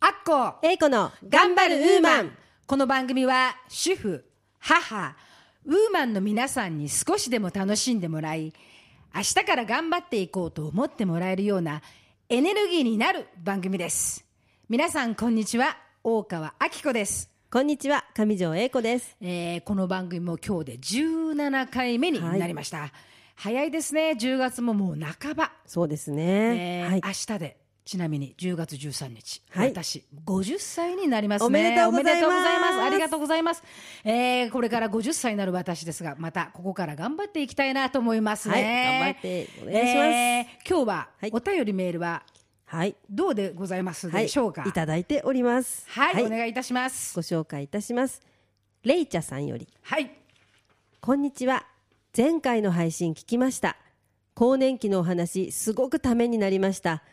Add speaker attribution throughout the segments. Speaker 1: アッコ
Speaker 2: えいこの
Speaker 1: 頑張るウーマンこの番組は主婦母ウーマンの皆さんに少しでも楽しんでもらい明日から頑張っていこうと思ってもらえるようなエネルギーになる番組です皆さんこんにちは大川明子です、
Speaker 2: こんにちは上条えいこです
Speaker 1: えーこの番組も今日で17回目になりました、早いですね10月ももう半ば
Speaker 2: そうです
Speaker 1: え
Speaker 2: ね、
Speaker 1: ー
Speaker 2: はい
Speaker 1: 明日でちなみに10月13日、
Speaker 2: はい
Speaker 1: 私50歳になりますね
Speaker 2: おめでとうございます
Speaker 1: おめでとうございますありがとうございます、えーこれから50歳になる私ですがまたここから頑張っていきたいなと思いますね、
Speaker 2: はい頑張ってお願いします
Speaker 1: す、今日は
Speaker 2: はい
Speaker 1: お便りメールは
Speaker 2: はい
Speaker 1: どうでございます
Speaker 2: はい
Speaker 1: でしょうか、はい
Speaker 2: いただいております
Speaker 1: お願いいたします
Speaker 2: ご紹介いたしますレイチャさんより
Speaker 1: はい
Speaker 2: こんにちは前回の配信聞きました更年期のお話すごくためになりました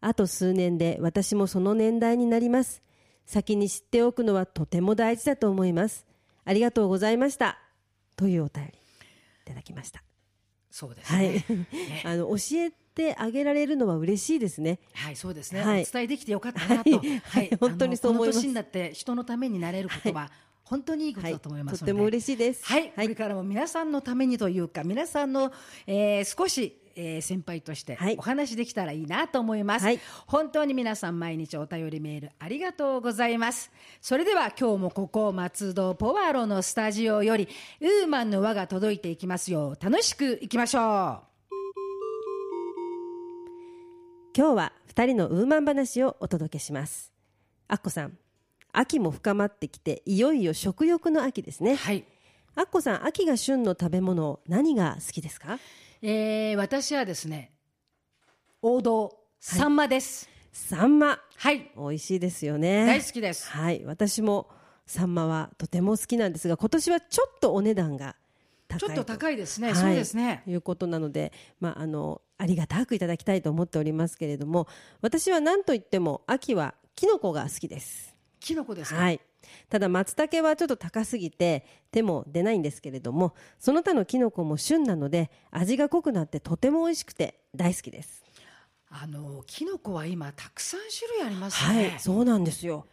Speaker 2: あと数年で私もその年代になります先に知っておくのはとても大事だと思いますありがとうございましたというお便りいただきました
Speaker 1: そうです
Speaker 2: は
Speaker 1: ね
Speaker 2: いあの教えてあげられるのは嬉しいですね
Speaker 1: はい、そうですね、
Speaker 2: はい
Speaker 1: お伝えできてよかったなと、
Speaker 2: はいはい本当にそう思います
Speaker 1: あのこの年になって人のためになれることは本当にいいことだと思います
Speaker 2: と
Speaker 1: の
Speaker 2: て
Speaker 1: で、
Speaker 2: も嬉しいです
Speaker 1: はい、これからも皆さんのためにというか皆さんの、えー少し、えー先輩として
Speaker 2: はい
Speaker 1: お話できたらいいなと思います、
Speaker 2: はい
Speaker 1: 本当に皆さん毎日お便りメールありがとうございますそれでは今日もここ松戸ポワロのスタジオよりウーマンの輪が届いていきますよう楽しくいきましょ
Speaker 2: 今日は二人のウーマン話をお届けしますアッコさん秋も深まってきていよいよ食欲の秋です
Speaker 1: う
Speaker 2: ね
Speaker 1: はい
Speaker 2: アッコさん秋が旬の食べ物何が好きですか
Speaker 1: えー私はですね王道サンマです
Speaker 2: サンマ
Speaker 1: はい、
Speaker 2: 美味しいですよね
Speaker 1: 大好きです
Speaker 2: はい私もサンマはとても好きなんですが今年はちょっとお値段が高い
Speaker 1: ちょっと高いですね、
Speaker 2: はい
Speaker 1: そうですね
Speaker 2: ということなので、まあ、あのありがたくいただきたいと思っておりますけれども私は何といっても秋はキノコが好きです
Speaker 1: キノコですか、
Speaker 2: はい。ただ松茸はちょっと高すぎて手も出ないんですけれども、その他のキノコも旬なので味が濃くなってとても美味しくて大好きです。
Speaker 1: あのキノコは今たくさん種類あります
Speaker 2: は
Speaker 1: ね、
Speaker 2: い、そうなんですよ。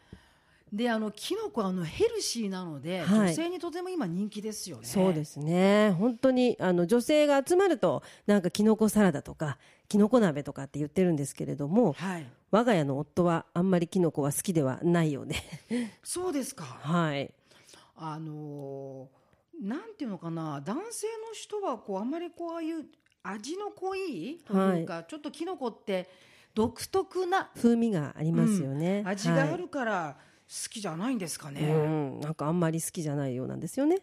Speaker 1: であのキノコはあのヘルシーなので、
Speaker 2: はい
Speaker 1: 女性にとても今人気ですよね
Speaker 2: そうですね。本当にあの女性が集まるとなんかキノコサラダとかキノコ鍋とかって言ってるんですけれども、
Speaker 1: はい
Speaker 2: 我が家の夫はあんまりキノコは好きではないようで、
Speaker 1: そうですか
Speaker 2: はい。
Speaker 1: あのーなんていうのかな男性の人はこうあんまりこうああいう味の濃いというか、ちょっとキノコって独特な
Speaker 2: 風味がありますよね。
Speaker 1: 味が
Speaker 2: は
Speaker 1: あ
Speaker 2: い
Speaker 1: るから好きじゃないんですかね、
Speaker 2: うん、なんかあんまり好きじゃないようなんですよね。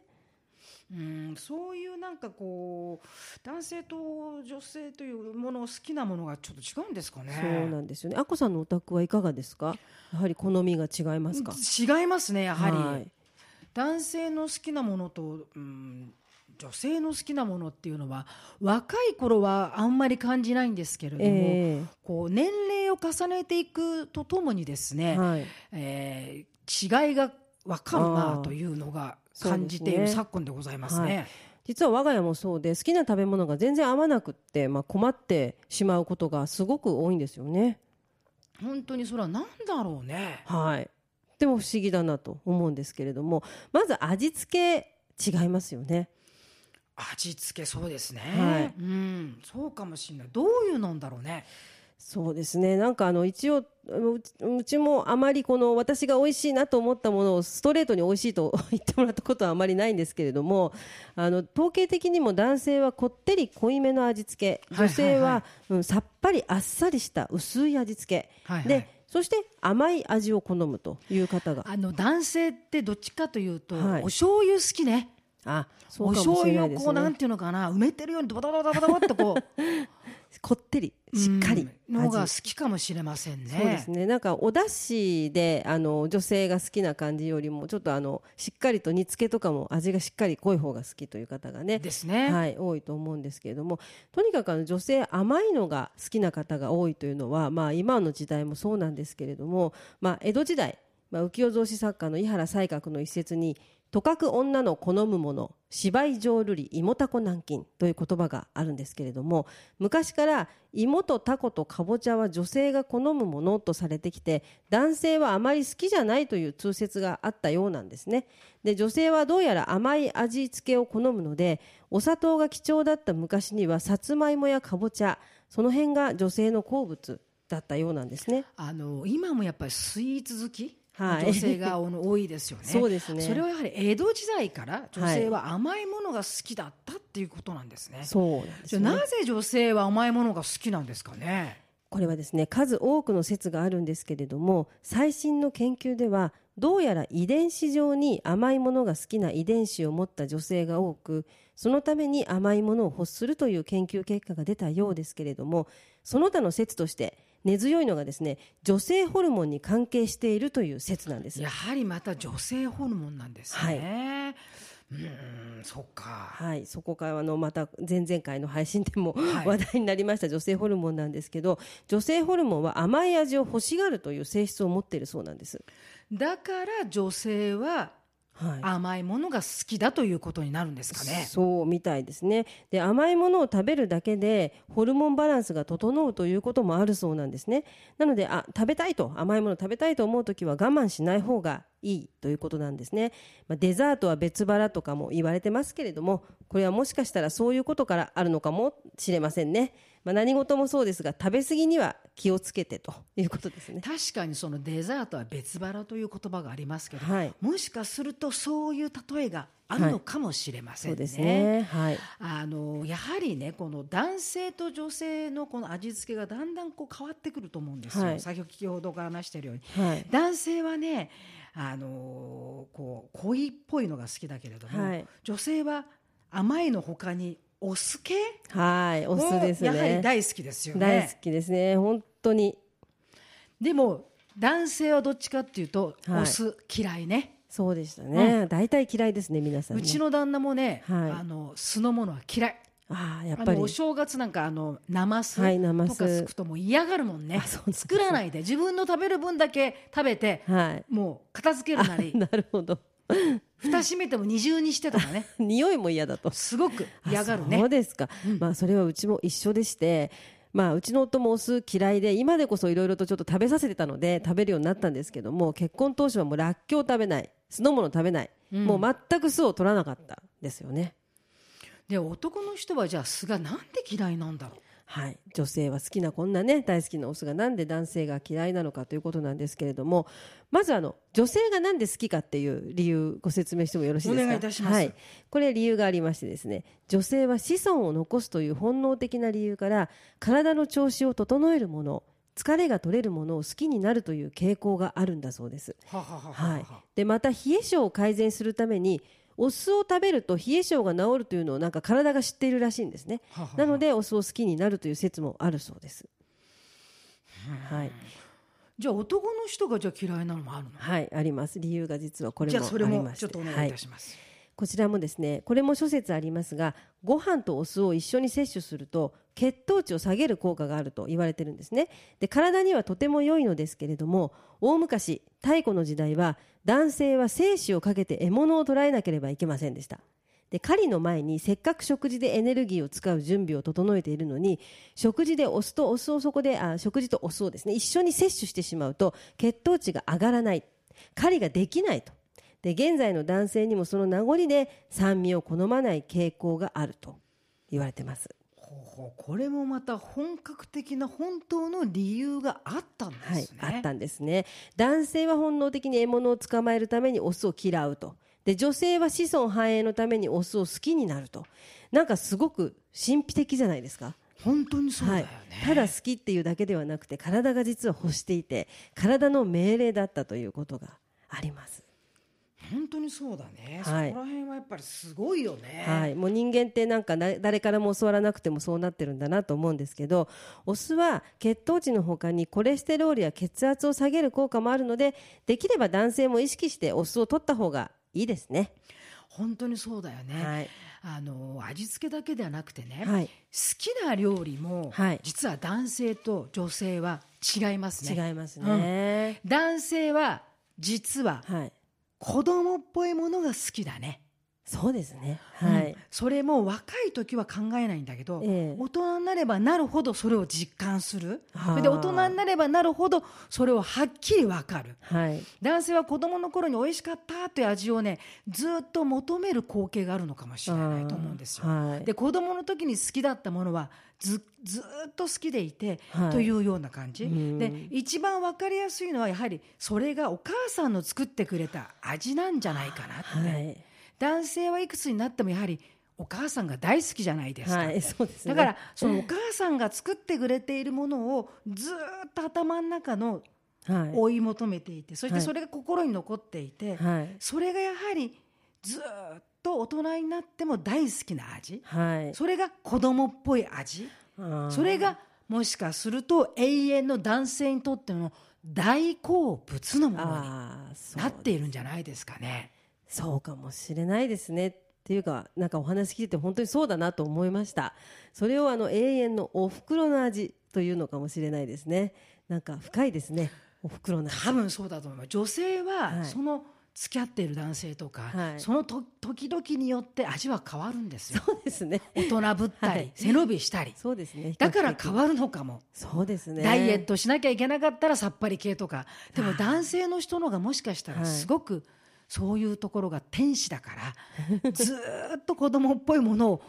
Speaker 1: うんそういうなんかこう男性と女性というもの好きなものがちょっと違うんですかね
Speaker 2: そうなんですよね。あこさんのお宅はいかがですか。やはり好みが違いますか。
Speaker 1: 違いますねやはり、
Speaker 2: はい
Speaker 1: 男性の好きなものと、うん、女性の好きなものっていうのは若い頃はあんまり感じないんですけれども、
Speaker 2: え
Speaker 1: こう年齢を重ねていくとともにです
Speaker 2: え
Speaker 1: ね、
Speaker 2: はい。
Speaker 1: えー違いが分かる
Speaker 2: あ
Speaker 1: な
Speaker 2: ー
Speaker 1: というのが
Speaker 2: そうですね
Speaker 1: 感じている昨今でございますね。
Speaker 2: 実は我が家もそうで好きな食べ物が全然合わなくって、まあ困ってしまうことがすごく多いんですよね。
Speaker 1: 本当にそれは何だろうね。
Speaker 2: はい。でも不思議だなと思うんですけれども、まず味付け違いますよね。
Speaker 1: 味付けそうですね、
Speaker 2: はい
Speaker 1: うんそうかもしれないどういうなんだろうね
Speaker 2: そうですね。なんかあの一応うちうちもあまりこの私が美味しいなと思ったものをストレートに美味しいと 言ってもらったことはあまりないんですけれども、あの統計的にも男性はこってり濃いめの味付け、
Speaker 1: はいはいはい
Speaker 2: 女性は、うん、さっぱりあっさりした薄い味付け、
Speaker 1: はいはい
Speaker 2: でそして甘い味を好むという方が
Speaker 1: あの男性ってどっちかというと、
Speaker 2: はい
Speaker 1: お醤油好きね
Speaker 2: あそ
Speaker 1: お
Speaker 2: うかも
Speaker 1: 醤
Speaker 2: しれな
Speaker 1: 油を
Speaker 2: いで
Speaker 1: こ
Speaker 2: す
Speaker 1: うなん
Speaker 2: ね。
Speaker 1: ていうのかな埋めてるようにドバドバドバドバっとこ
Speaker 2: こってり
Speaker 1: う
Speaker 2: しっかり
Speaker 1: うんのが好
Speaker 2: 味
Speaker 1: きかもしれませんね
Speaker 2: そうですね。なんかお出汁であの女性が好きな感じよりもちょっとあのしっかりと煮付けとかも味がしっかり濃い方が好きという方がね。
Speaker 1: ですね
Speaker 2: はい、多いと思うんですけれどもとにかくあの女性甘いのが好きな方が多いというのは、まあ、今の時代もそうなんですけれども、まあ、江戸時代、まあ、浮世雑誌作家の井原西鶴の一節にとかく女の好むもの芝居浄瑠璃芋たこ軟禁という言葉があるんですけれども昔から芋とタコとかぼちゃは女性が好むものとされてきて男性はあまり好きじゃないという通説があったようなんですねで女性はどうやら甘い味付けを好むのでお砂糖が貴重だった昔にはさつまいもやかぼちゃその辺が女性の好物だったようなんですね
Speaker 1: あの今もやっぱりスイーツ好き、
Speaker 2: はい
Speaker 1: 女性がおの多いですよね
Speaker 2: そうですね
Speaker 1: それはやはり江戸時代から女性は甘いものが好きだったっていうことなんですね、
Speaker 2: そうなんです
Speaker 1: じゃ
Speaker 2: よ
Speaker 1: あ
Speaker 2: ね
Speaker 1: なぜ女性は甘いものが好きなんですかね
Speaker 2: これはですね数多くの説があるんですけれども最新の研究ではどうやら遺伝子上に甘いものが好きな遺伝子を持った女性が多くそのために甘いものを欲するという研究結果が出たようですけれどもその他の説として根強いのがですね女性ホルモンに関係しているという説なんです
Speaker 1: やはりまた女性ホルモンなんですね、うーんそっか
Speaker 2: はい、そこからあのまた前々回の配信でも
Speaker 1: はい
Speaker 2: 話題になりました女性ホルモンなんですけど女性ホルモンは甘い味を欲しがるという性質を持っているそうなんです。
Speaker 1: だから女性は
Speaker 2: はい、
Speaker 1: 甘いものが好きだということになるんですかね
Speaker 2: そうみたいですねで甘いものを食べるだけでホルモンバランスが整うということもあるそうなんですねなのであ食べたいと甘いもの食べたいと思う時は我慢しない方がいいということなんですね、まあ、デザートは別腹とかも言われてますけれどもこれはもしかしたらそういうことからあるのかもしれませんね、まあ、何事もそうですが食べ過ぎには気をつけてということですね
Speaker 1: 確かにそのデザートは別腹という言葉がありますけど、
Speaker 2: はい
Speaker 1: もしかするとそういう例えがあるのかもしれませ
Speaker 2: そ
Speaker 1: ん
Speaker 2: う
Speaker 1: ね。
Speaker 2: ですねはい
Speaker 1: あのやはりねこの男性と女性のこの味付けがだんだんこう変わってくると思うんですよ、
Speaker 2: はい
Speaker 1: 先ほどから話しているように
Speaker 2: はい
Speaker 1: 男性はねあのこう濃いっぽいのが好きだけれども、
Speaker 2: はい
Speaker 1: 女性は甘いのほかにお酢系
Speaker 2: はいお酢ですね
Speaker 1: もやはり大好きですよね
Speaker 2: 大好きですね本当に
Speaker 1: でも男性はどっちかっていうと、
Speaker 2: はい
Speaker 1: お酢嫌いね
Speaker 2: そうでしたね、大体嫌いですね皆さんね
Speaker 1: うちの旦那もね、
Speaker 2: はい
Speaker 1: あの酢のものは嫌い
Speaker 2: ああやっ
Speaker 1: あ
Speaker 2: ぱり
Speaker 1: のお正月なんかあの生酢
Speaker 2: はい生
Speaker 1: と
Speaker 2: 酢
Speaker 1: かすくともう嫌がるもんね、
Speaker 2: あそうなんです
Speaker 1: 作らないで自分の食べる分だけ食べて
Speaker 2: はい
Speaker 1: もう片付けるなり
Speaker 2: なるほど
Speaker 1: 蓋閉めても二重にしてとか ね
Speaker 2: 匂いも嫌だと
Speaker 1: すごく 嫌がる
Speaker 2: あ
Speaker 1: ね
Speaker 2: そうですか、まあそれはうちも一緒でしてまあうちの夫もお酢嫌いで今でこそいろいろとちょっと食べさせてたので食べるようになったんですけども結婚当初はもうらっきょう食べない酢の物食べない、もう全く酢を取らなかったですよね
Speaker 1: で男の人はじゃあ酢がなんで嫌いなんだろう
Speaker 2: はい、女性は好きなこんなね大好きなオスがなんで男性が嫌いなのかということなんですけれどもまずあの女性がなんで好きかっていう理由ご説明してもよろしいですか
Speaker 1: お願いいたします
Speaker 2: はい、これ理由がありましてですね女性は子孫を残すという本能的な理由から体の調子を整えるもの疲れが取れるものを好きになるという傾向があるんだそうです
Speaker 1: はははは
Speaker 2: はい、でまた冷え性を改善するためにお酢を食べると冷え性が治るというのをなんか体が知っているらしいんですね
Speaker 1: ははは
Speaker 2: なのでお酢を好きになるという説もあるそうですはい、
Speaker 1: じゃあ男の人がじゃあ嫌いなのもあるの
Speaker 2: はい、あります理由が実はこれ
Speaker 1: じゃ
Speaker 2: も
Speaker 1: あ
Speaker 2: あ
Speaker 1: それ
Speaker 2: り
Speaker 1: も
Speaker 2: まして
Speaker 1: ちょっとお
Speaker 2: は
Speaker 1: 願いい
Speaker 2: い
Speaker 1: た、します、
Speaker 2: こちらもですねこれも諸説ありますがご飯とお酢を一緒に摂取すると血糖値を下げる効果があると言われてるんですねで体にはとても良いのですけれども大昔太古の時代は男性は精子をかけて獲物を捕らえなければいけませんでしたで狩りの前にせっかく食事でエネルギーを使う準備を整えているのに食事でお酢とお酢をそこであ食事とお酢をですね一緒に摂取してしまうと血糖値が上がらない狩りができないとで現在の男性にもその名残で酸味を好まない傾向があると言われてます。
Speaker 1: ほうほうこれもまた本格的な本当の理由があったんで
Speaker 2: はい
Speaker 1: すね、、
Speaker 2: あったんですね。男性は本能的に獲物を捕まえるためにオスを嫌うと。で、女性は子孫繁栄のためにオスを好きになると。なんかすごく神秘的じゃないですか。
Speaker 1: 本当にそうだよね、
Speaker 2: はい、ただ好きっていうだけではなくて体が実は欲していて体の命令だったということがあります。
Speaker 1: 本当にそうだね、
Speaker 2: はい
Speaker 1: そこら辺はやっぱりすごいよね、
Speaker 2: はい、もう人間ってなんかな誰からも教わらなくてもそうなってるんだなと思うんですけどお酢は血糖値のほかにコレステロールや血圧を下げる効果もあるのでできれば男性も意識してお酢を取った方がいいですね。
Speaker 1: 本当にそうだよね、
Speaker 2: はい
Speaker 1: あの味付けだけではなくてね、
Speaker 2: はい
Speaker 1: 好きな料理も、
Speaker 2: はい
Speaker 1: 実は男性と女性は違いますね
Speaker 2: 違いますね。
Speaker 1: 男性は実は
Speaker 2: はい、
Speaker 1: 子供っぽいものが好きだね。
Speaker 2: そうですね。はい
Speaker 1: うん。それも若い時は考えないんだけど、
Speaker 2: ええ
Speaker 1: 大人になればなるほどそれを実感する。
Speaker 2: はあ
Speaker 1: それで大人になればなるほどそれをはっきりわかる。
Speaker 2: はい。
Speaker 1: 男性は子供の頃に美味しかったという味をね、ずっと求める光景があるのかもしれないと思うんですよ。
Speaker 2: はい。
Speaker 1: で子供の時に好きだったものはずずーっと好きでいて、
Speaker 2: はい
Speaker 1: というような感じ、
Speaker 2: うん
Speaker 1: で一番わかりやすいのはやはりそれがお母さんの作ってくれた味なんじゃないかなって、
Speaker 2: はい。
Speaker 1: 男性はいくつになってもやはりお母さんが大好きじゃないですか、
Speaker 2: はい。そうですね。
Speaker 1: だからそのお母さんが作ってくれているものをずーっと頭の中の
Speaker 2: ら、はい。
Speaker 1: 追い求めていてそして
Speaker 2: はい
Speaker 1: それが心に残っていて、
Speaker 2: はい。
Speaker 1: それがやはりずーっと大人になっても大好きな味、
Speaker 2: はい。
Speaker 1: それが子供っぽい味
Speaker 2: あー
Speaker 1: それがもしかすると永遠の男性にとっての大好物のものに
Speaker 2: ああ、そう
Speaker 1: なっているんじゃないですかね。
Speaker 2: そうかもしれないですね。っていうか、なんかお話聞いて本当にそうだなと思いました。それをあの永遠のお袋の味というのかもしれないですね。なんか深いですね。お袋の味。
Speaker 1: 多分そうだと思います女性
Speaker 2: は
Speaker 1: はいその付き合っている男性とか、
Speaker 2: はい
Speaker 1: そのと時々によって味は変わるんですよ
Speaker 2: そうですね。
Speaker 1: 大人ぶったり、
Speaker 2: はい
Speaker 1: 背伸びしたり
Speaker 2: そうですね。
Speaker 1: だから
Speaker 2: 比較的
Speaker 1: 変わるのかも、
Speaker 2: そうですね。
Speaker 1: ダイエットしなきゃいけなかったらさっぱり系とかでも男性の人のがもしかした
Speaker 2: は
Speaker 1: ら
Speaker 2: い
Speaker 1: すごくそういうところが天使だから ずーっと子供っぽいもの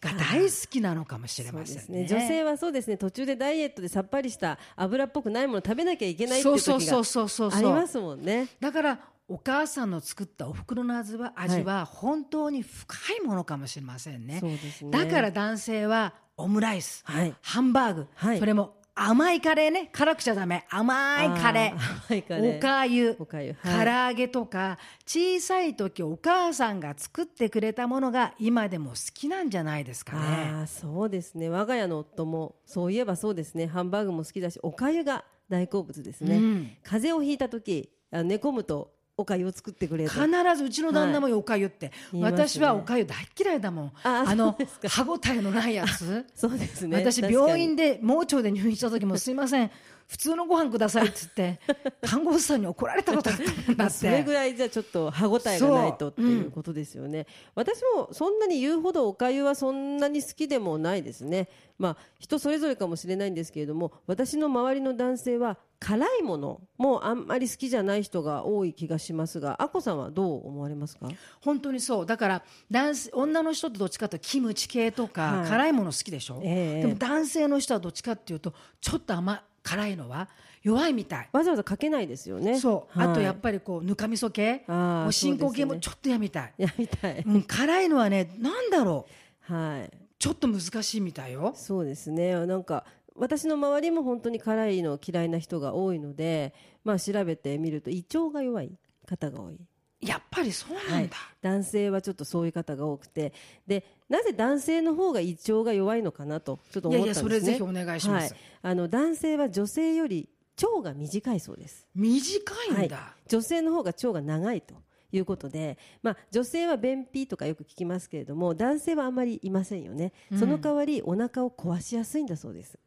Speaker 1: が大好きなのかもしれ
Speaker 2: そう
Speaker 1: ま
Speaker 2: で
Speaker 1: せん
Speaker 2: す
Speaker 1: ね
Speaker 2: ね。。女性はそうですね。途中でダイエットでさっぱりした油っぽくないもの食べなきゃいけないって
Speaker 1: そ
Speaker 2: いうう時
Speaker 1: そう
Speaker 2: が
Speaker 1: そうそうそう
Speaker 2: あり
Speaker 1: そう
Speaker 2: ますもんね。
Speaker 1: だからお母さんの作ったお袋の味は味は本当に深いものかもしれませんね
Speaker 2: そうですね。
Speaker 1: だから男性はオムライス
Speaker 2: はい。
Speaker 1: ハンバーグ、
Speaker 2: はい
Speaker 1: それも甘いカレーね辛くちゃダメ甘いカレー
Speaker 2: あ甘いカレー。
Speaker 1: おかゆ
Speaker 2: おかゆ。
Speaker 1: 唐揚げとか小さい時お母さんが作ってくれたものが今でも好きなんじゃないですかね。
Speaker 2: ああそうですね我が家の夫もそういえばそうですねハンバーグも好きだしおかゆが大好物ですね、
Speaker 1: うん
Speaker 2: 風邪をひいた時あの寝込むとおかゆを作ってくれる
Speaker 1: 必ずうちの旦那もおかゆって、
Speaker 2: 言いますね
Speaker 1: 私はおかゆ大嫌いだもん
Speaker 2: あー
Speaker 1: あの
Speaker 2: そうですか
Speaker 1: 歯ごたえのないやつ、
Speaker 2: そうですね
Speaker 1: 私
Speaker 2: 確かに
Speaker 1: 病院で盲腸で入院した時もすいません 普通のご飯くださいっつって 看護師さんに怒られたことがあったんだって
Speaker 2: それぐらいじゃちょっと歯ごたえがないとっていうことですよね、私もそんなに言うほどおかゆはそんなに好きでもないですねまあ人それぞれかもしれないんですけれども私の周りの男性は辛いものもあんまり好きじゃない人が多い気がしますがあこさんはどう思われますか
Speaker 1: 本当にそうだから男性女の人ってどっちかというとキムチ系とか、
Speaker 2: はい
Speaker 1: 辛いもの好きでしょ、
Speaker 2: ええ
Speaker 1: でも男性の人はどっちかっていうとちょっと甘辛いのは弱いみたい、
Speaker 2: わざわざかけないですよね
Speaker 1: そう、
Speaker 2: はい
Speaker 1: あとやっぱりこうぬかみそ系
Speaker 2: あー
Speaker 1: お進行系
Speaker 2: そう
Speaker 1: も
Speaker 2: です
Speaker 1: ちょっと嫌みたい、
Speaker 2: ねやみたい
Speaker 1: うん、辛いのはねなんだろう
Speaker 2: はい
Speaker 1: ちょっと難しいみたいよ
Speaker 2: そうですねなんか私の周りも本当に辛いの嫌いな人が多いのでまあ調べてみると胃腸が弱い方が多い
Speaker 1: やっぱりそうなんだ、
Speaker 2: 男性はちょっとそういう方が多くてでなぜ男性の方が胃腸が弱いのかなとちょっと
Speaker 1: いや
Speaker 2: 思っ
Speaker 1: い
Speaker 2: たん
Speaker 1: や
Speaker 2: です
Speaker 1: そ
Speaker 2: ね
Speaker 1: れぜひお願いしま
Speaker 2: はい
Speaker 1: す、、
Speaker 2: あの男性は女性より腸が短いそうです
Speaker 1: 短いんだ、
Speaker 2: 女性の方が腸が長いということで、まあ、女性は便秘とかよく聞きますけれども男性はあんまりいませんよね、
Speaker 1: うん
Speaker 2: その代わりお腹を壊しやすいんだそうです。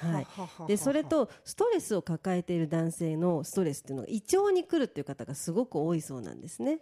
Speaker 2: はい、でそれとストレスを抱えている男性のストレスっていうのが胃腸に来るっていう方がすごく多いそうなんですね。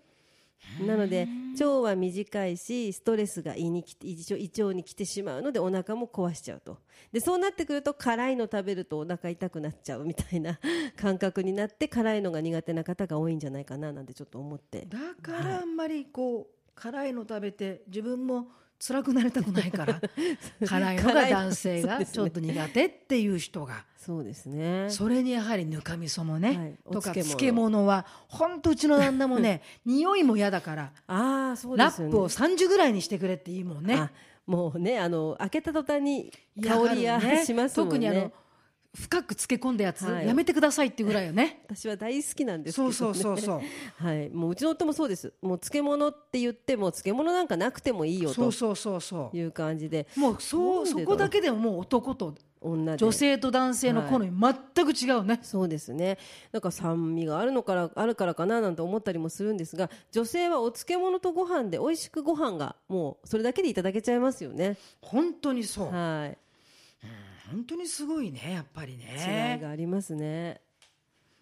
Speaker 2: なので腸は短いしストレスが胃に来て胃腸胃腸に来てしまうのでお腹も壊しちゃうとでそうなってくると辛いの食べるとお腹痛くなっちゃうみたいな 感覚になって辛いのが苦手な方が多いんじゃないかななんてちょっと思って
Speaker 1: だからあんまりこう辛いの食べて自分も辛くなりたくないから 辛いのが男性
Speaker 2: そう
Speaker 1: が
Speaker 2: ですね
Speaker 1: ちょっと苦手っていう人が
Speaker 2: そうですね
Speaker 1: それにやはりぬかみそも
Speaker 2: は
Speaker 1: ね
Speaker 2: い
Speaker 1: とか
Speaker 2: お漬物
Speaker 1: 漬物は本当うちの旦那も ね匂いも嫌だから
Speaker 2: ああそうで
Speaker 1: ラ
Speaker 2: すよ
Speaker 1: ッ
Speaker 2: ね
Speaker 1: プを30ぐらいにしてくれっていいもんね
Speaker 2: あもうねあの開けた途端に
Speaker 1: 嫌が
Speaker 2: 香
Speaker 1: る
Speaker 2: りが
Speaker 1: ね
Speaker 2: しますもんね
Speaker 1: 特にあの深く漬け込んだやつ
Speaker 2: はい
Speaker 1: やめてくださいっていうぐらいよね
Speaker 2: 私は大好きなんですけど、
Speaker 1: そう
Speaker 2: ね、
Speaker 1: そうそうそう
Speaker 2: はい、もううちの夫もそうです。もう漬物って言っても漬物なんかなくてもいいよ
Speaker 1: そ
Speaker 2: と
Speaker 1: うそうそうそ
Speaker 2: いう感じで
Speaker 1: うもうそう
Speaker 2: なん
Speaker 1: そ
Speaker 2: でだろ
Speaker 1: こ
Speaker 2: う
Speaker 1: だけでももう男と
Speaker 2: 女で
Speaker 1: 女性と男性の好み全く違うね、
Speaker 2: そうですね。なんか酸味があるのからあるからかななんて思ったりもするんですが、女性はお漬物とご飯で美味しくご飯がもうそれだけでいただけちゃいますよね。
Speaker 1: 本当にそう、
Speaker 2: はい、
Speaker 1: 本当にすごいねやっぱり
Speaker 2: 違い
Speaker 1: ね
Speaker 2: がありますね。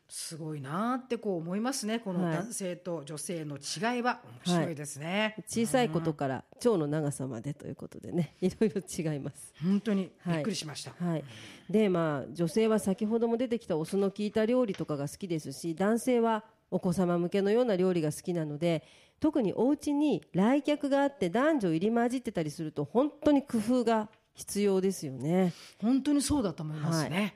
Speaker 1: すごいなーってこう思いますねこの
Speaker 2: はい
Speaker 1: 男性と女性の違いは面白いですね、
Speaker 2: 小さいことから腸の長さまでということでねいろいろ違います。
Speaker 1: 本当に
Speaker 2: はい
Speaker 1: びっくりしました、
Speaker 2: はい、でまあ女性は先ほども出てきたお酢の効いた料理とかが好きですし男性はお子様向けのような料理が好きなので特にお家に来客があって男女入り混じってたりすると本当に工夫が必要ですよね。
Speaker 1: 本当にそうだと思いますね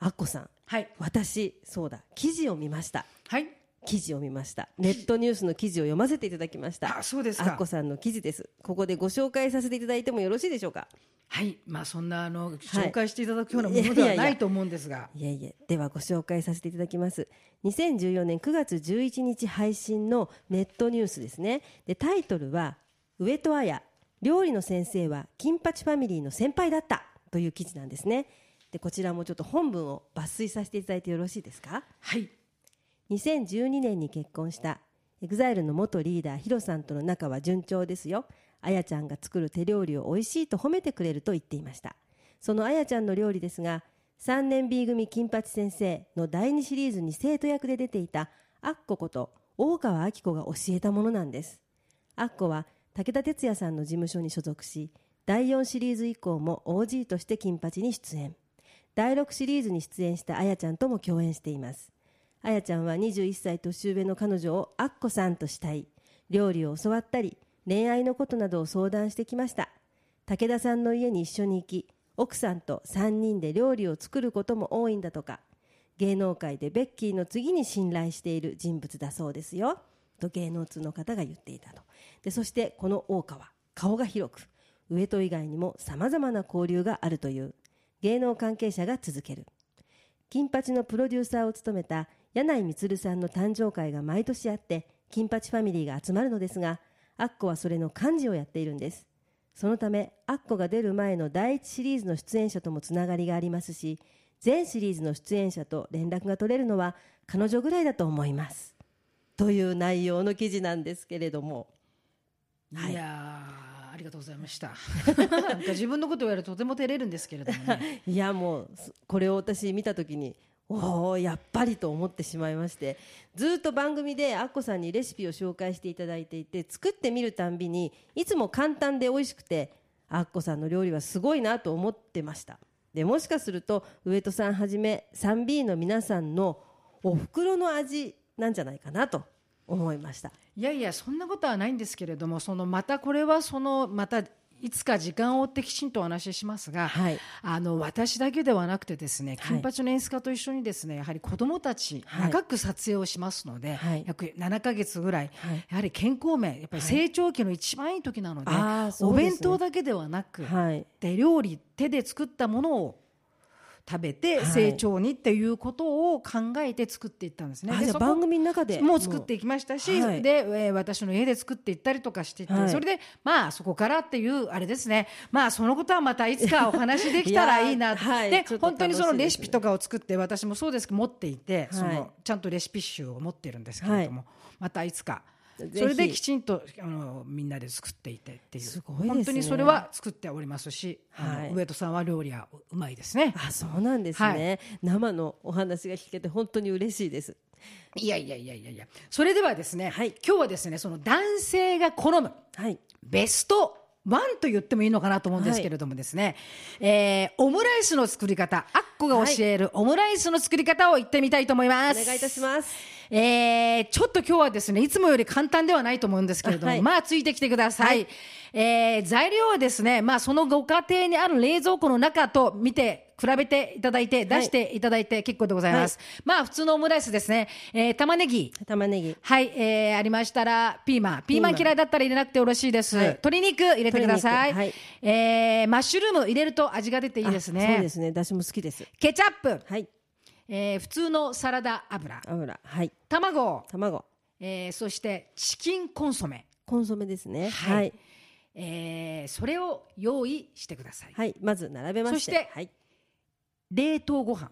Speaker 2: あっこさん
Speaker 1: はい
Speaker 2: 私そうだ記事を見ました
Speaker 1: はい、
Speaker 2: 記事を見ましたネットニュースの記事を読ませていただきました
Speaker 1: あそうです
Speaker 2: あっ
Speaker 1: か
Speaker 2: こさんの記事ですここでご紹介させていただいてもよろしいでしょうか
Speaker 1: はいまあそんなあの紹介していただくようなもので
Speaker 2: いや
Speaker 1: はい
Speaker 2: や
Speaker 1: ないい
Speaker 2: や
Speaker 1: と思うんですが
Speaker 2: いえいえではご紹介させていただきます2014年9月11日配信のネットニュースですねでタイトルは「上戸彩料理の先生は金八ファミリーの先輩だった」という記事なんですねでこちらもちょっと本文を抜粋させていただいてよろしいですか
Speaker 1: はい
Speaker 2: 2012年に結婚したエグザイルの元リーダーヒロさんとの仲は順調ですよあやちゃんが作る手料理を美味しいと褒めてくれると言っていましたそのあやちゃんの料理ですが3年 B 組金八先生の第2シリーズに生徒役で出ていたアッコこと大川明子が教えたものなんですアッコは武田鉄矢さんの事務所に所属し第4シリーズ以降も OG として金八に出演第6シリーズに出演したあやちゃんとも共演していますあやちゃんは21歳年上の彼女をアッコさんとしたい料理を教わったり恋愛のことなどを相談してきました武田さんの家に一緒に行き奥さんと3人で料理を作ることも多いんだとか芸能界でベッキーの次に信頼している人物だそうですよと芸能通の方が言っていたとでそしてこの大川顔が広く上戸以外にもさまざまな交流があるという芸能関係者が続ける金八のプロデューサーを務めた柳井満さんの誕生会が毎年あって金八ファミリーが集まるのですがアッコはそれの幹事をやっているんですそのためアッコが出る前の第一シリーズの出演者ともつながりがありますし全シリーズの出演者と連絡が取れるのは彼女ぐらいだと思いますという内容の記事なんですけれどもはい
Speaker 1: いやーありがとうございました なんか自分のことをやるととても照れるんですけれどもね
Speaker 2: いやもうすこれを私見た時におおやっぱりと思ってしまいましてずっと番組でアッコさんにレシピを紹介していただいていて作ってみるたんびにいつも簡単で美味しくてアッコさんの料理はすごいなと思ってましたでもしかすると上戸さんはじめ 3B の皆さんのお袋の味なんじゃないかなと思いました
Speaker 1: いやいやそんなことはないんですけれどもそのまたこれはそのまたいつか時間を追ってきちんとお話ししますが、
Speaker 2: はい
Speaker 1: あの私だけではなくてですね
Speaker 2: はい
Speaker 1: 金八の演出家と一緒にですねやはり子どもたち
Speaker 2: はい
Speaker 1: 長く撮影をしますので、
Speaker 2: はい
Speaker 1: 約7ヶ月ぐらい、
Speaker 2: はい
Speaker 1: やはり健康面やっぱり成長期の一番いい時なので,、
Speaker 2: あーそ
Speaker 1: お
Speaker 2: うですね
Speaker 1: 弁当だけではなく、
Speaker 2: はい
Speaker 1: 手料理手で作ったものを食べ
Speaker 2: は
Speaker 1: て
Speaker 2: い
Speaker 1: 成長にっていうことを考えて作っていったんですね。
Speaker 2: あ
Speaker 1: で
Speaker 2: じゃあ
Speaker 1: そこ
Speaker 2: 番組の中で
Speaker 1: もう作っていきましたし、
Speaker 2: はい
Speaker 1: で、えー私の家で作っていったりとかしていって、
Speaker 2: はい
Speaker 1: それでまあそこからっていうあれですねまあそのことはまたいつかお話できたらいいな
Speaker 2: いやはい
Speaker 1: で
Speaker 2: ちょっと楽しいですね
Speaker 1: 本当にそのレシピとかを作って私もそうですけど持っていて、そ
Speaker 2: はい
Speaker 1: のちゃんとレシピ集を持ってるんですけれども、またいつか。それ
Speaker 2: ぜ
Speaker 1: で
Speaker 2: ひ
Speaker 1: きちんとあのみんなで作っていてっていう
Speaker 2: すごいですね
Speaker 1: 本当にそれは作っておりますし、あ
Speaker 2: は
Speaker 1: の
Speaker 2: い
Speaker 1: 上戸さんは料理はうまいですね。
Speaker 2: あそうなんですね、生のお話が聞けて本当に嬉しいです
Speaker 1: いやいやいやいやいやそれではですね、
Speaker 2: はい
Speaker 1: 今日はですねその男性が好む
Speaker 2: はい
Speaker 1: ベストワンと言ってもいいのかなと思うんですけれどもですね、えーオムライスの作り方、アッコが教えるオムライスの作り方を言ってみたいと思います。
Speaker 2: お願いいたします。
Speaker 1: えーちょっと今日はですね、いつもより簡単ではないと思うんですけれども、
Speaker 2: はい
Speaker 1: まあついてきてください。えー材料はですね、まあそのご家庭にある冷蔵庫の中と見て、比べていただいて、出していただいて結構でございます。まあ普通のオムライスですね、えー玉ねぎ、
Speaker 2: 玉ねぎ。
Speaker 1: はい、えー、ありましたらピーマンピーマン
Speaker 2: ピーマン
Speaker 1: 嫌いだったら入れなくてよろしいです、
Speaker 2: はい
Speaker 1: 鶏肉入れてください、
Speaker 2: 鶏
Speaker 1: えーマッシュルーム入れると味が出ていいです
Speaker 2: あそうで
Speaker 1: ね
Speaker 2: すね。私も好きです。
Speaker 1: ケチャップ、
Speaker 2: はい。
Speaker 1: えー普通のサラダ油
Speaker 2: 油。はい。
Speaker 1: 卵、
Speaker 2: 卵。
Speaker 1: えーそしてチキンコンソメ、
Speaker 2: コンソメですね。
Speaker 1: はい
Speaker 2: はい。
Speaker 1: えーそれを用意してください、
Speaker 2: はい。まず並べまして。
Speaker 1: そして
Speaker 2: はい。
Speaker 1: 冷凍ご飯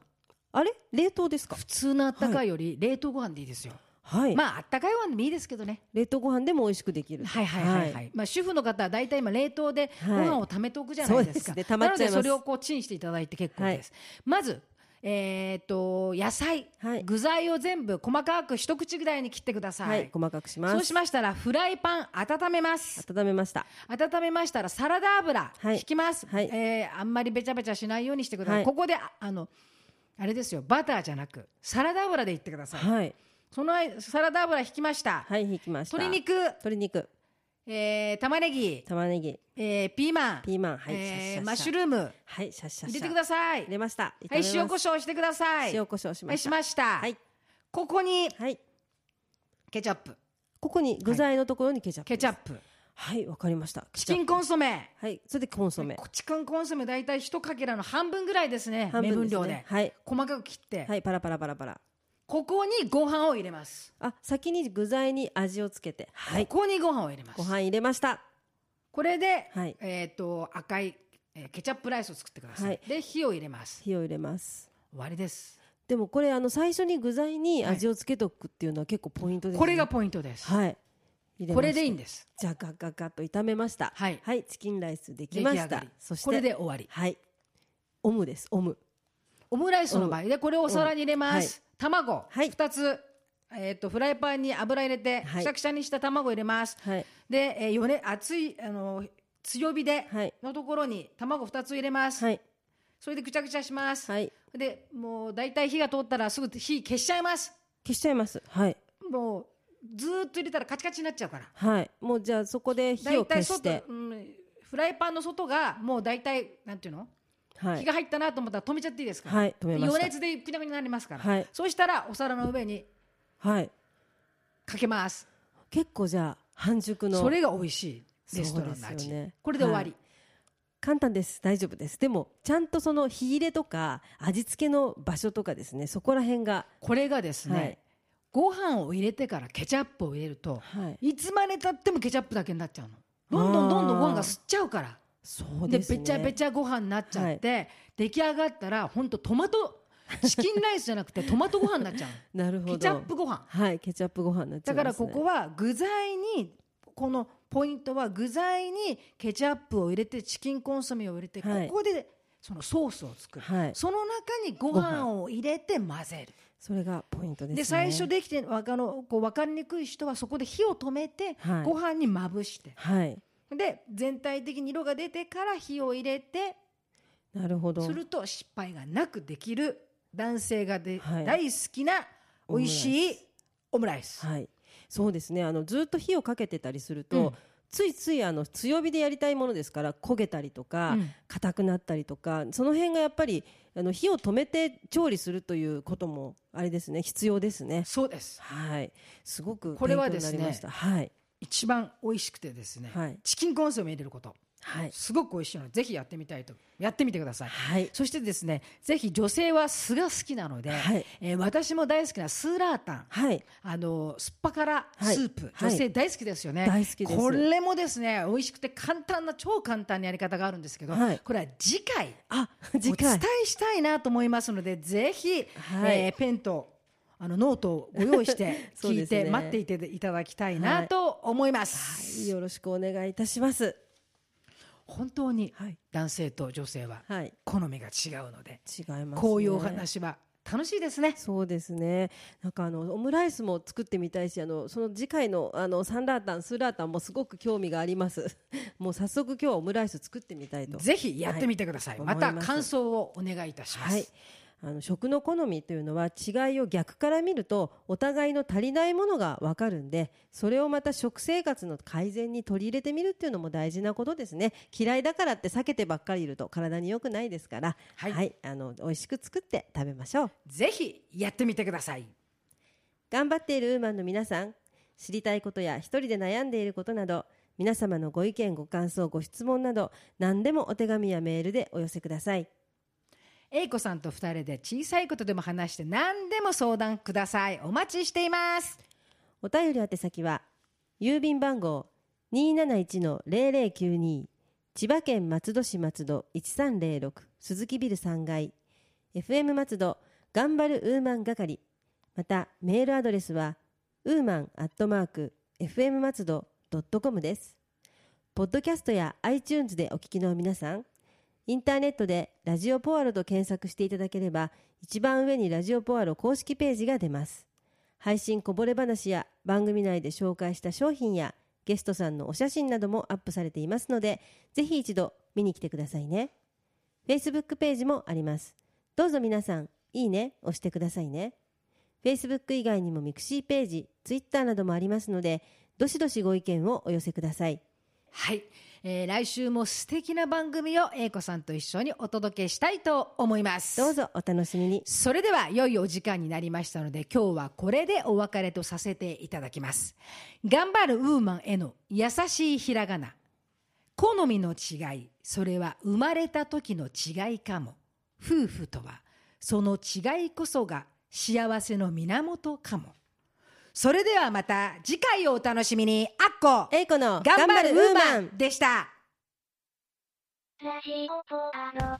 Speaker 2: あれ冷凍ですか
Speaker 1: 普通のあったかいより冷凍ご飯でいいですよ、
Speaker 2: はい。
Speaker 1: まああったかいご飯でもいいですけどね
Speaker 2: 冷凍ご飯でも美味しくできる。
Speaker 1: はいはいはいはい、まあ主婦の方は大体今冷凍でご
Speaker 2: はい
Speaker 1: 飯を貯めておくじゃないですか、
Speaker 2: そうですね溜まっちゃいます
Speaker 1: なのでそれをこうチンしていただいて結構です、まずえー、と野菜、
Speaker 2: はい
Speaker 1: 具材を全部細かく一口ぐらいに切ってくださ、
Speaker 2: はいい、細かくしま
Speaker 1: そう
Speaker 2: す。
Speaker 1: しましたらフライパン温めます
Speaker 2: 温めました。
Speaker 1: 温めましたらサラダ油
Speaker 2: はい
Speaker 1: 引きます、
Speaker 2: はい
Speaker 1: えーあんまりべちゃべちゃしないようにしてください、
Speaker 2: はい
Speaker 1: ここでああのあれですよバターじゃなくサラダ油でいってください、
Speaker 2: はい、
Speaker 1: その間サラダ油引きました、
Speaker 2: はい、引きました。
Speaker 1: 鶏。肉、
Speaker 2: 鶏肉、
Speaker 1: えー、玉ねぎ、
Speaker 2: 玉ねぎ、
Speaker 1: えー、ピーマン
Speaker 2: ピーマン、はい、
Speaker 1: えーマッシュ
Speaker 2: ー
Speaker 1: ル
Speaker 2: ム。
Speaker 1: ーム
Speaker 2: はい、シャッシャッ
Speaker 1: 入
Speaker 2: シャ。
Speaker 1: れてくだ
Speaker 2: さ
Speaker 1: さい
Speaker 2: 入れました。
Speaker 1: はい
Speaker 2: 炒め
Speaker 1: 塩
Speaker 2: ま
Speaker 1: コ
Speaker 2: す
Speaker 1: ショウしてください
Speaker 2: 塩コショウし
Speaker 1: は
Speaker 2: ま
Speaker 1: い
Speaker 2: し。
Speaker 1: したました、
Speaker 2: はい、
Speaker 1: ここに
Speaker 2: はい。
Speaker 1: ケチャップ
Speaker 2: ここに具材のところにケチャップ。
Speaker 1: ケチャ
Speaker 2: プ。
Speaker 1: ップ
Speaker 2: はい、わかりました。
Speaker 1: チキンコンソメ
Speaker 2: はい、それでコンソメ。
Speaker 1: チキンコンソメ大体一かけらの半分ぐらいですね
Speaker 2: 半
Speaker 1: 目
Speaker 2: 分
Speaker 1: 分
Speaker 2: ですね
Speaker 1: 量で、
Speaker 2: はい
Speaker 1: 細かく切って、
Speaker 2: はい、パラパラパラパラ。
Speaker 1: ここにご飯を入れます、
Speaker 2: あ、先に具材に味をつけて。はい。
Speaker 1: ここにご飯を入れます
Speaker 2: ご飯入れました。
Speaker 1: これで、
Speaker 2: はい
Speaker 1: えっ、と赤い、えーケチャップライスを作ってください、
Speaker 2: はい
Speaker 1: で火を入れます
Speaker 2: 火を入れます。
Speaker 1: 終わりです
Speaker 2: でもこれあの最初に具材に味をつけとくっていうのは結構ポイントです、ね。
Speaker 1: これがポイントです、
Speaker 2: はい。入れました
Speaker 1: これでいいんです
Speaker 2: じゃあガッガッガッと炒めました。
Speaker 1: はい
Speaker 2: チキンライスでき
Speaker 1: 出
Speaker 2: ま
Speaker 1: 来
Speaker 2: し
Speaker 1: 上が
Speaker 2: た
Speaker 1: り。
Speaker 2: そして
Speaker 1: これで終わり
Speaker 2: はい。オムです。オム。
Speaker 1: オムライスの場合でこれをお皿に入れます、卵、
Speaker 2: はい
Speaker 1: 2つ、えー、とフライパンに油入れて
Speaker 2: は
Speaker 1: く
Speaker 2: い
Speaker 1: しゃくしゃにした卵入れます、
Speaker 2: はい。
Speaker 1: で、えー、よね熱いあの強火で
Speaker 2: はい
Speaker 1: のところに卵2つ入れます、
Speaker 2: はい。
Speaker 1: それでくちゃくちゃします、
Speaker 2: はい。
Speaker 1: でもう大体火が通ったらすぐ火消しちゃいます
Speaker 2: 消しちゃいます。はい。
Speaker 1: もうずーっと入れたらカチカチになっちゃうから
Speaker 2: はい。もうじゃあそこで火を
Speaker 1: 大
Speaker 2: 消
Speaker 1: 体
Speaker 2: し
Speaker 1: 外
Speaker 2: て、。
Speaker 1: うん、フライパンの外がもう大体なんていうの、
Speaker 2: は
Speaker 1: 火
Speaker 2: い。
Speaker 1: が入ったなと思ったら止めちゃっていいですから、
Speaker 2: はい。止
Speaker 1: で
Speaker 2: めま
Speaker 1: 余
Speaker 2: し
Speaker 1: 熱でくにゃくにゃになりますから、
Speaker 2: はい
Speaker 1: そうしたらお皿の上に
Speaker 2: た。はい。
Speaker 1: かけます
Speaker 2: 結構じゃあ半熟の。
Speaker 1: それが美味しいレストランの
Speaker 2: そうです
Speaker 1: 味、
Speaker 2: よね
Speaker 1: これで終わり、
Speaker 2: 簡単です大丈夫ですでもちゃんとその火入れとか味付けの場所とかですねそこら辺が
Speaker 1: これがですね、
Speaker 2: はい
Speaker 1: ご飯を入れてからケチャップを入れると
Speaker 2: はい
Speaker 1: いつまでたってもケチャップだけになっちゃうのどんどんどんどんご飯が吸っちゃうから
Speaker 2: そう
Speaker 1: で
Speaker 2: です
Speaker 1: べ
Speaker 2: ね
Speaker 1: ちゃべちゃご飯になっちゃって、出来上がったら本当トマトチキンライスじゃなくてトマトご飯になっちゃう
Speaker 2: なるほ
Speaker 1: の
Speaker 2: ど
Speaker 1: ケチャップご飯
Speaker 2: はいケチャップご飯になっち
Speaker 1: だ
Speaker 2: ゃい
Speaker 1: か
Speaker 2: ま
Speaker 1: ら
Speaker 2: すね
Speaker 1: ここは具材にこのポイントは具材にケチャップを入れてチキンコンソメを入れて、
Speaker 2: はい
Speaker 1: ここでそのソースを作る、
Speaker 2: はい
Speaker 1: その中にご
Speaker 2: ご
Speaker 1: 飯
Speaker 2: 飯
Speaker 1: を入れて混ぜる
Speaker 2: それがポイントです
Speaker 1: で
Speaker 2: ね
Speaker 1: 最初できてわかのこう分かりにくい人はそこで火を止めて、
Speaker 2: はい
Speaker 1: ご飯にまぶして
Speaker 2: はい
Speaker 1: で全体的に色が出てから火を入れて
Speaker 2: なるほど
Speaker 1: すると失敗がなくできる男性がで、
Speaker 2: はい
Speaker 1: 大好きな美味しいオムライス。
Speaker 2: はいそうですねあのずっと火をかけてたりすると、
Speaker 1: うん
Speaker 2: ついついあの強火でやりたいものですから焦げたりとか
Speaker 1: うん
Speaker 2: 硬、くなったりとかその辺がやっぱりあの火を止めて調理するということもあれですね必要ですね
Speaker 1: そうです
Speaker 2: はい、すごく
Speaker 1: これはですね
Speaker 2: 勉強になりましたはい、
Speaker 1: 一番美味しくてですね、
Speaker 2: はい
Speaker 1: チキンコンソメ入れること
Speaker 2: はい、
Speaker 1: すごく美味しいのでぜひやってみたいとやってみてください、
Speaker 2: はい、
Speaker 1: そしてですねぜひ女性は酢が好きなので、
Speaker 2: はい
Speaker 1: えー私も大好きなスーラータン
Speaker 2: はい、
Speaker 1: あの酸っぱ辛
Speaker 2: はい
Speaker 1: スープ、
Speaker 2: はい
Speaker 1: 女性大好きですよね、
Speaker 2: 大好きです
Speaker 1: これもですね美味しくて簡単な超簡単なやり方があるんですけど、
Speaker 2: はい
Speaker 1: これは次回
Speaker 2: あ、
Speaker 1: お
Speaker 2: 次
Speaker 1: 伝
Speaker 2: 回、
Speaker 1: えしたいなと思いますのでぜひ、
Speaker 2: はい
Speaker 1: えーペンとあのノートをご用意して
Speaker 2: そう
Speaker 1: 聞
Speaker 2: で
Speaker 1: い
Speaker 2: すね
Speaker 1: て、待っていていただきたいなと思います、
Speaker 2: はいよろしくお願いいたします。
Speaker 1: 本当に
Speaker 2: はい、
Speaker 1: 男性と女性は
Speaker 2: はい、
Speaker 1: 好みが違うので、
Speaker 2: 違います、ね。
Speaker 1: こういうお。話は楽しいですね
Speaker 2: そうですね。なんかあのオムライスも作ってみたいし、あのその次回のあのサンラータン、スーラータンもすごく興味があります。 もう早速今日はオムライス作ってみたいと。
Speaker 1: ぜひやってみてください、
Speaker 2: はい
Speaker 1: また
Speaker 2: 思います
Speaker 1: 感想をお願いいたします、
Speaker 2: はい。あの食の好みというのは違いを逆から見るとお互いの足りないものがわかるんでそれをまた食生活の改善に取り入れてみるっていうのも大事なことですね嫌いだからって避けてばっかりいると体に良くないですから
Speaker 1: はい
Speaker 2: あの美味しく作って食べましょう
Speaker 1: ぜひやってみてください
Speaker 2: 頑張っているウーマンの皆さん知りたいことや一人で悩んでいることなど皆様のご意見ご感想ご質問など何でもお手紙やメールでお寄せください
Speaker 1: えいこさんと二人で小さいことでも話して何でも相談くださいお待ちしています
Speaker 2: お便り宛先は郵便番号271-0092千葉県松戸市松戸1306鈴木ビル3階 FM 松戸頑張るウーマン係またメールアドレスはウーマンアットマーク FM 松戸 .com ですポッドキャストや iTunes でお聞きの皆さんインターネットでラジオポアロと検索していただければ、一番上にラジオポアロ公式ページが出ます。配信こぼれ話や番組内で紹介した商品やゲストさんのお写真などもアップされていますので、ぜひ一度見に来てくださいね。Facebook ページもあります。どうぞ皆さん、いいね押してくださいね。Facebook 以外にもミクシーページ、Twitter などもありますので、どしどしご意見をお寄せください。
Speaker 1: はい、えー来週も素敵な番組を英子さんと一緒にお届けしたいと思います
Speaker 2: どうぞお楽しみに。
Speaker 1: それでは良いお時間になりましたので今日はこれでお別れとさせていただきます頑張るウーマンへの優しいひらがな好みの違いそれは生まれた時の違いかも夫婦とはその違いこそが幸せの源かもそれではまた次回をお楽しみにあっこ
Speaker 2: 英子の
Speaker 1: 頑張るウーマンでした
Speaker 3: ラジオポアロ。